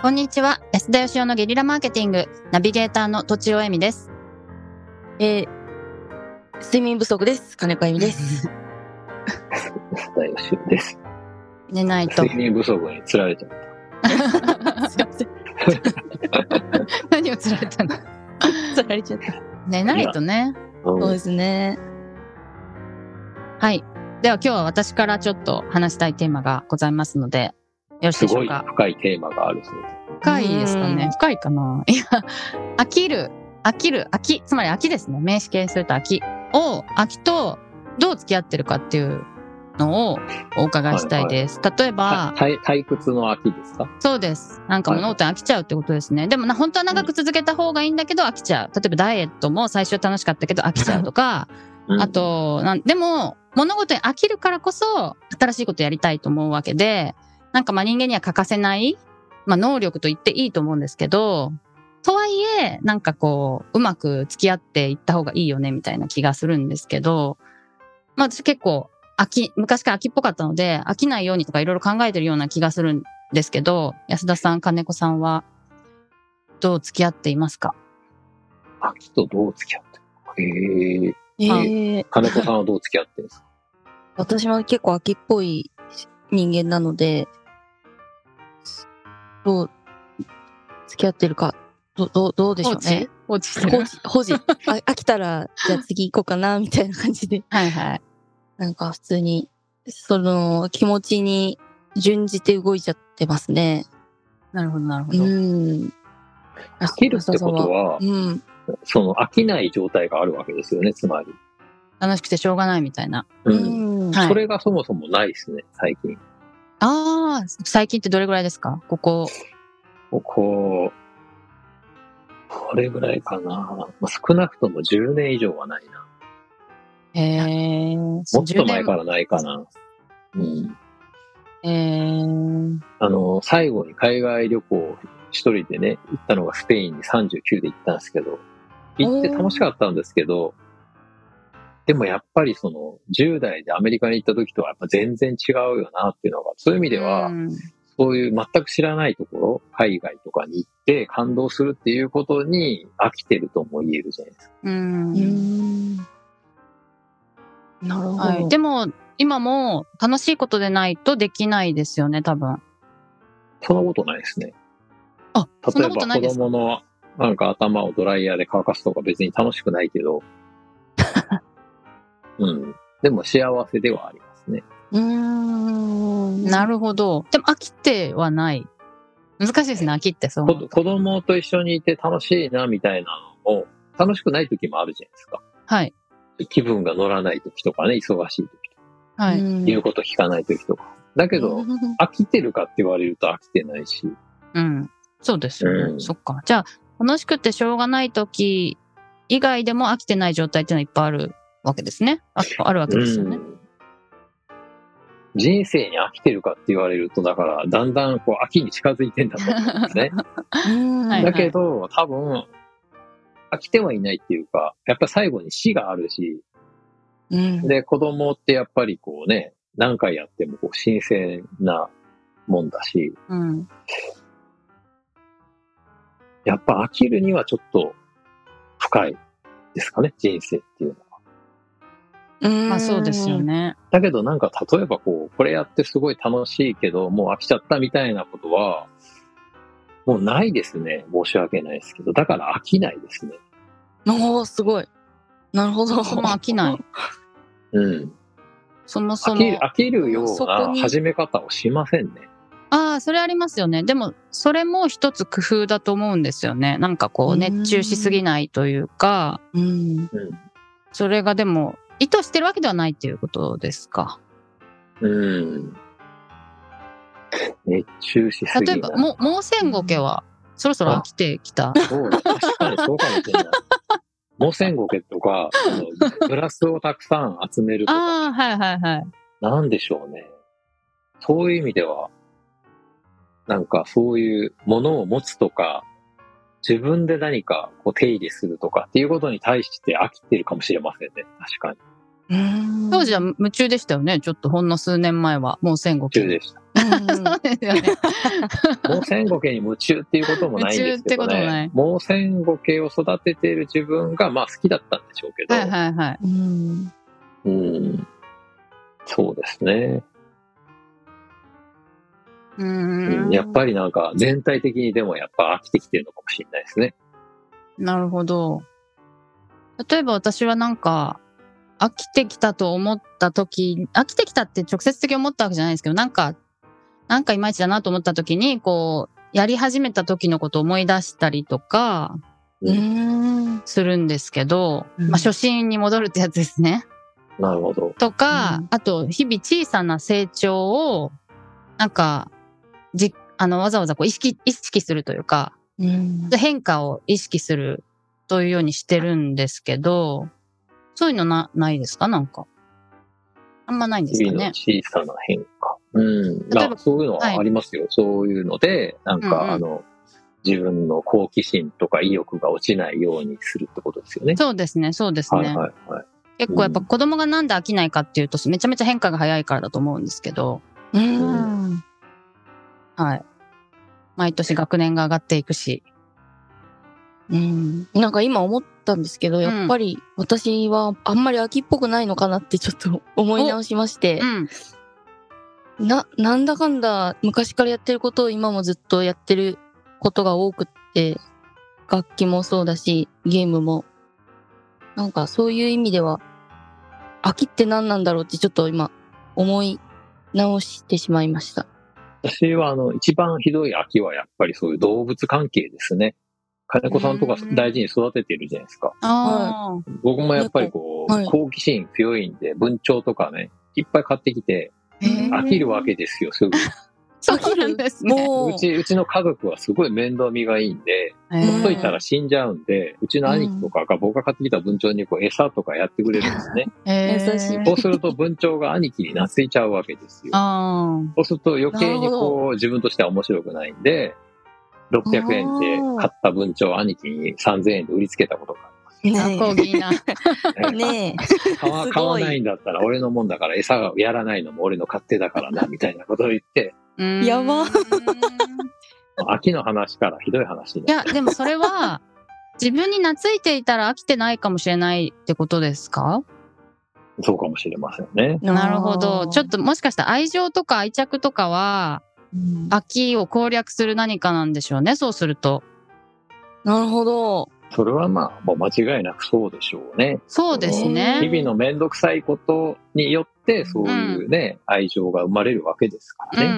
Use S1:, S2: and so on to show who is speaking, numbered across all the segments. S1: こんにちは。安田義雄のゲリラマーケティング、ナビゲーターの土地尾恵美です。
S2: えー、睡眠不足です。金子由美です。
S3: 安田義雄です。
S1: 寝ないと。
S3: 睡眠不足につられちゃっ
S2: すいません。
S1: 何をつられたの
S2: 取られちゃった。
S1: 寝ないとね。
S3: た。
S2: そう
S3: う
S2: ですね。
S1: はい。では今日は私からちょっと話したいテーマがございますので、よろ
S3: ん
S1: しい
S3: す
S1: でしょ
S3: ご
S1: う
S3: い
S1: か。
S3: 深いテーマがあるそうで
S1: 深いですか
S2: う
S1: ね
S2: ん。
S1: 深いかないや、飽きる、飽きる、飽き、つまり飽きですね。名詞形すると飽きを、飽きとどう付き合ってるかっていうのをお伺いしたいです。例えば、
S3: す。は退退屈の秋ですか
S1: そうです。なんか物事に飽きちゃうってことですね。でもな、本当は長く続けた方がいいんだけど飽きちゃう。例えばダイエットも最初楽しかったけど飽きちゃうとか、あ、と、なんでも、物事に飽きるからこそ、新しいことやりたいと思うわけで、なんかまあ人間には欠かせない、まあ能力と言っていいと思うんですけど、とはいえ、なんかこう、うまく付き合っていった方がいいよね、みたいな気がするんですけど、まあ私結構、飽き、昔から飽きっぽかったので、飽きないようにとかいろいろ考えてるような気がするんですけど、安田さん、金子さんは、どう付き合っていますか
S3: 秋とどう付き合ってるえ
S2: え
S3: ー、
S1: は
S2: ー、
S3: 金子さんはどう付き合ってる んですか
S2: 私は結構秋っぽい人間なので、どう付き合ってるか、どどうどうでしょうね。
S1: 放置して
S2: 保
S1: る。
S2: 持、保持。あ飽きたら、じゃあ次行こうかな、みたいな感じで。
S1: はいはい。
S2: なんか普通に、その気持ちに準じて動いちゃってますね。
S1: なるほど、なるほ
S2: う
S1: ど。
S2: ん。
S3: 飽きるっ
S2: 安
S3: てこと
S2: 田さん
S3: は
S2: う、ん。
S3: その飽きない状態があるわけですよね、つまり。
S1: 楽しくてしょうがないみたいな。
S3: う。
S2: うんん。
S1: はい
S3: それがそもそもないですね、最近。
S1: ああ、最近ってどれぐらいですかここ。
S3: ここ、これぐらいかな。まあ少なくとも10年以上はないな。
S1: へえ。も
S3: もっと前からないかな。うん。
S1: えー、
S3: あの、最後に海外旅行を一人でね、行ったのがスペインに39で行ったんですけど、行って楽しかったんですけど、でもやっぱりその10代でアメリカに行った時とはやっぱ全然違うよなっていうのが、そういう意味では、
S1: うん
S3: そういう全く知らないところ、海外とかに行って感動するっていうことに飽きてるとも言えるじゃないですか。
S1: うん
S2: うんなるほど。
S1: はい。
S2: で
S1: でも、今も楽しいことでないとできないですよね、多分。
S3: そんなことないですね。
S1: あ、そん
S3: 例え
S1: なこと
S3: ば
S1: ない
S3: 子
S1: ですか
S3: 供のなんか頭をドライヤーで乾かすとか別に楽しくない けど、うん。でも幸せではありますね。
S2: うーん。
S1: な
S2: る
S1: るほど。でも飽きてはない。難しいですね、飽きってそう
S3: こ
S1: 思う
S3: 子
S1: と。
S3: 供と一緒にいて楽しいなみたいなのも、楽しくない時もあるじゃないですか。
S1: はい。
S3: 気分が乗らない時とかね、忙しい時とか、
S1: はい。うん
S2: い
S3: 言うこと聞かない時とか。だけど、飽きてるかって言われると飽きてないし、
S1: そうですよね、
S3: うん
S1: そっか。じゃあ、楽しくてしょうがない時以外でも飽きてない状態っていうのはいっぱいあるわけですね。ああるわけですよね。
S3: うん人生に飽きてるかって言われると、だから、だんだんこう秋に近づいてんだと思うん ですね。
S1: はい
S3: だけど、多分、飽きてはいないっていうか、やっぱ最後に死があるし、
S2: うん。
S3: で、子供ってやっぱりこうね、何回やってもこう新鮮なもんだし、
S1: うん
S3: やっぱ飽きるにはちょっと深いですかね、人生っていうのは。
S2: うん
S1: まあそうですよ。ね。
S3: だけどなんか例えばこう、これやってすごい楽しいけど、もう飽きちゃったみたいなことは、もうないですね。申し訳ないですけど。だから飽きないですね。
S2: おー、すごい。なるほど。
S1: そこも飽きない。
S3: うん。
S1: そもそ
S3: 飽き
S1: も。
S3: 飽きるよう
S2: そこ
S3: な
S2: に
S3: 始め方をしませんね。
S1: ああ、それありますよね。でも、それも一つ工夫だと思うんですよね。なんかこう、
S2: うん
S1: 熱中しすぎないというか、
S2: うん。
S3: うん。
S1: それがでも、意図してるわけではないっていうことですか。
S3: うん。熱中しすぎな
S1: 例え
S3: い
S1: ば、もう、猛戦後家は、そろそろ飽きてきた。
S3: そうだ確かにそうかもしれない。モセンゴケとか、あのグラスをたくさん集めるとか、
S1: ああ、はいはいはい。
S3: なんでしょうね。そういう意味では、なんかそういうものを持つとか、自分で何かこう定義するとかっていうことに対して飽きてるかもしれませんね。確かに。
S2: うん
S1: 当時は夢中でしたよね。ちょっとほんの数年前は、猛戦後
S3: 中
S1: 家。
S3: でし
S2: う
S3: た。
S2: ん
S1: そうですよね。
S3: 盲線語系に夢中っていうこともないんですけど
S1: 夢中ってこともない
S3: ね。盲線語系を育てている自分が、まあ好きだったんでしょうけど、
S1: はいはいはい。
S2: うん。
S3: うん。そうですね。
S1: う
S3: うんん、やっぱりなんか全体的にでもやっぱ飽きてきてるのかもしれないですね。
S1: なるほど。例えば私はなんか、飽きてきたと思った時、飽きてきたって直接的に思ったわけじゃないんですけど、なんか、なんかいまいちだなと思った時に、こう、やり始めた時のことを思い出したりとか
S2: うん。
S1: するんですけど、
S2: うん
S1: まあ初心に戻るってやつですね。
S3: なるほど。
S1: とか、
S2: うん
S1: あと、日々小さな成長を、なんか、じ、あの、わざわざこう意識、意識するというか、
S2: うん
S1: で変化を意識するというようにしてるんですけど、そういうのな、ないですかなんか。あんまないんです
S3: 日
S1: か
S3: 々の
S1: ね。
S3: 小さな変化。うん。
S1: 例えば
S3: まあ、そういうのはありますよ。そういうので、なん
S1: う
S3: か、
S1: んうん
S3: あの、自分の好奇心とか意欲が落ちないようにするってことですよね。
S1: そうですね、そうですね。
S3: はいはいはい。
S1: 結構やっぱ子供がなんで飽きないかっていうと、めちゃめちゃ変化が早いからだと思うんですけど、
S2: うん。
S1: はい。毎年学年が上がっていくし。
S2: うん。なんか今思ったんですけど、やっぱり私はあんまり秋っぽくないのかなってちょっと思い直しまして
S1: う、ん。
S2: な、なんだかんだ昔からやってることを今もずっとやってることが多くって、楽器もそうだし、ゲームも。なんかそういう意味では、飽きって何なんだろうってちょっと今思い直してしまいました。
S3: 私は、あの、一番ひどい秋はやっぱりそういう動物関係ですね。金子さんとか
S1: うん
S3: 大事に育ててるじゃないですか。
S1: ああ、
S3: 僕もやっぱりこう、
S2: はい
S3: 好奇心強いんで、文鳥とかね、いっぱい買ってきて、
S2: へー
S3: 飽きるわけですよ、すぐ。
S1: そうなんですね。
S2: もう
S3: うち、うちの家族はすごい面倒見がいいんで、
S1: ほ
S2: ん
S3: ほっといたら死んじゃうんで、うちの兄貴とかが僕が買ってきた文鳥にこう餌とかやってくれるんですね。
S2: 優しい
S3: そうすると文鳥が兄貴に懐いちゃうわけですよ。
S1: あ
S3: そうすると余計
S2: な
S3: に
S2: るほ
S3: こう自分としては面白くないんで、600円で買った文鳥を兄貴に3000円で売りつけたことがあります。
S1: あ、アコギな。
S2: ね
S3: 買わ
S2: すごい
S3: 買わないんだったら俺のもんだから餌がやらないのも俺の勝手だからな、みたいなことを言って、
S1: うん
S2: やば
S1: い
S3: 秋の話からひどい話になる
S1: や、でもそれ は、自分に懐いていたら飽きてないかもしれないってことですか
S3: そうかもしれませんね。
S2: え。
S1: なるほど。ちょっともしかしたら愛情とか愛着とかは、
S2: うん
S1: 飽きを攻略する何かなんでしょうね、そうすると。
S2: なるほど。
S3: それはまあ、もう間違いなくそうでしょうね。
S1: そうです
S3: 日
S1: ね。
S3: 々のめんどくさいことによって、そういうね、愛情が生まれるわけですか
S1: うんう
S3: らね。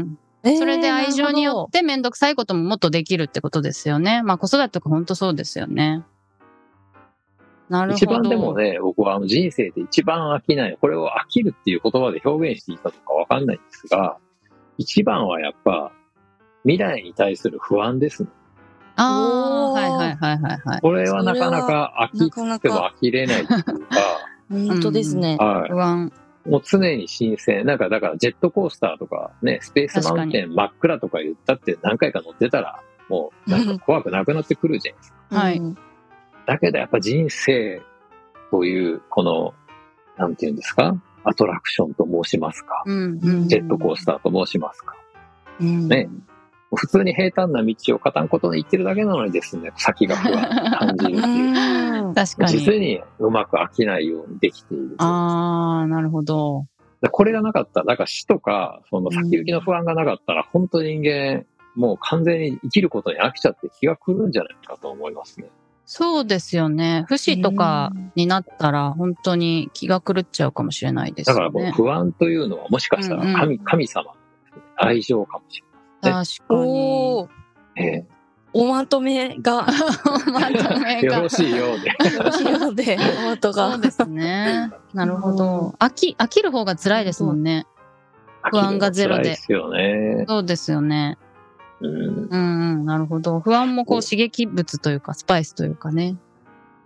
S1: んうん。それで愛情によってめんどくさいことももっとできるってことですよね。まあ子育てとか本当そうですよね。なるほど。
S3: 一番でもね、僕はあの人生で一番飽きない、これを飽きるっていう言葉で表現していたのかわかんないんですが、一番はやっぱ、未来に対する不安ですね。
S1: ああ、
S2: おー
S1: はいはいはいはいはい。
S3: これはなかなか飽き
S2: それはな
S3: つ
S2: か
S3: て
S2: な
S3: も飽きれないっていうか、
S2: なるほど。本当ですね。
S3: は
S1: 不安。
S3: い。もう常に新鮮。なんかだからジェットコースターとかね、スペースマウンテン真っ暗とか言ったって何回か乗ってたら、もうなんか怖くなくなってくるじゃん。
S1: はい
S2: うん。
S3: だけどやっぱ人生という、この、なんていうんですかアトラクションと申しますか
S1: うんうん。
S3: ジェットコースターと申しますか
S2: うん
S3: ね普通に平坦な道を片んことに行ってるだけなのにですね、先が不安に感じるってい う。
S2: うん
S1: 確か
S3: 実
S1: に。
S3: にうまく飽きないようにできている。
S1: ああ、なるほど。
S3: だこれがなかったら、だから死とか、その先行きの不安がなかったら、本当人間、もう完全に生きることに飽きちゃって気が狂うんじゃないかと思いますね。
S1: そうですよね。不死とかになったら本当に気が狂っちゃうかもしれないです
S3: だから
S1: よ
S3: こう
S1: ね。
S3: 不安というのはもしかしたら神,、
S1: うんうん
S3: 神様の愛情かもしれない。
S1: 確
S3: ら
S1: かに。
S2: おー
S3: え
S2: おまとめが、
S1: まとめ
S3: え、よ
S1: が
S3: ろ。しいようで。
S2: よろしいので、おま と
S1: そ
S2: が
S1: う。ですね。なるほど。飽き、飽きる方が辛いですもんね。不安がゼロで
S3: 飽きるの辛いですよね。
S1: そうですよね。
S3: うん。
S1: うんうん、なるほど。不安もこう刺激物というか、スパイスというかね。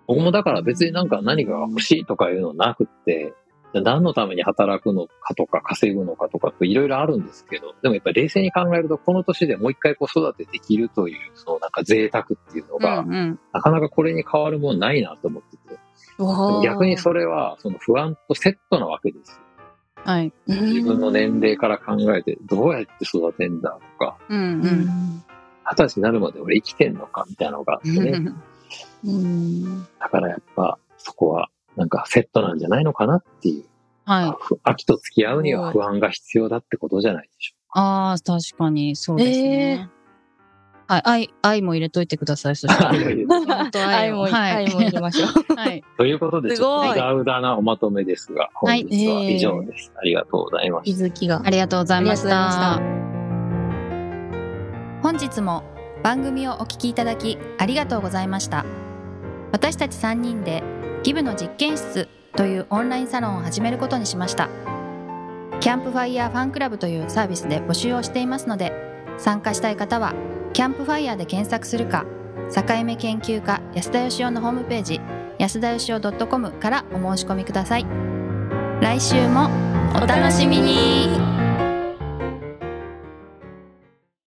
S3: 僕もだから別になんか何かが欲しいとかいうのなくって、何のために働くのかとか稼ぐのかとかっていろいろあるんですけど、でもやっぱり冷静に考えるとこの年でもう一回子育てできるという、そのなんか贅沢っていうの
S1: うん
S3: が、
S1: うん。
S3: なかなかこれに変わるもんないなと思ってて、で
S2: わ
S3: も
S2: ー
S3: 逆にそれはその不安とセットなわけですよ。
S1: はい。
S3: 自分の
S2: ね。
S3: 年齢から考えて、どうやって育てんだとか、
S1: うん
S2: う
S1: うん。
S2: ん。
S3: 二十歳になるまで俺生きてんのかみたいなのがあってね。
S2: うん。
S3: だからやっぱそこはなんかセットなんじゃないのかなっていう。
S1: はい。
S3: ふ秋と付き合うには不安が必要だってことじゃないでしょ
S1: ああ、確かに、そうですね。はい、愛、愛も入れといてください、そうし
S3: か
S1: たら。 本当
S2: 愛
S1: 愛を
S2: も、愛も入れましょう。
S1: はい。
S3: ということで、
S2: す
S3: ちょ
S2: ご
S3: っ
S2: い
S3: とラウダなおまとめですが、
S1: は
S3: 本
S1: い
S3: 日は以上です。ありがとうございました
S2: 気。づきが
S1: あ。りがとうございまし
S2: あ
S1: た
S2: り。
S1: 本日も番組をお聞きいただきありがとうございました私たち3人でギブの実験室というオンラインサロンを始めることにしましたキャンプファイヤーファンクラブというサービスで募集をしていますので参加したい方はキャンプファイヤーで検索するか境目研究家安田義雄のホームページ安田義雄 .com からお申し込みください来週もお楽しみに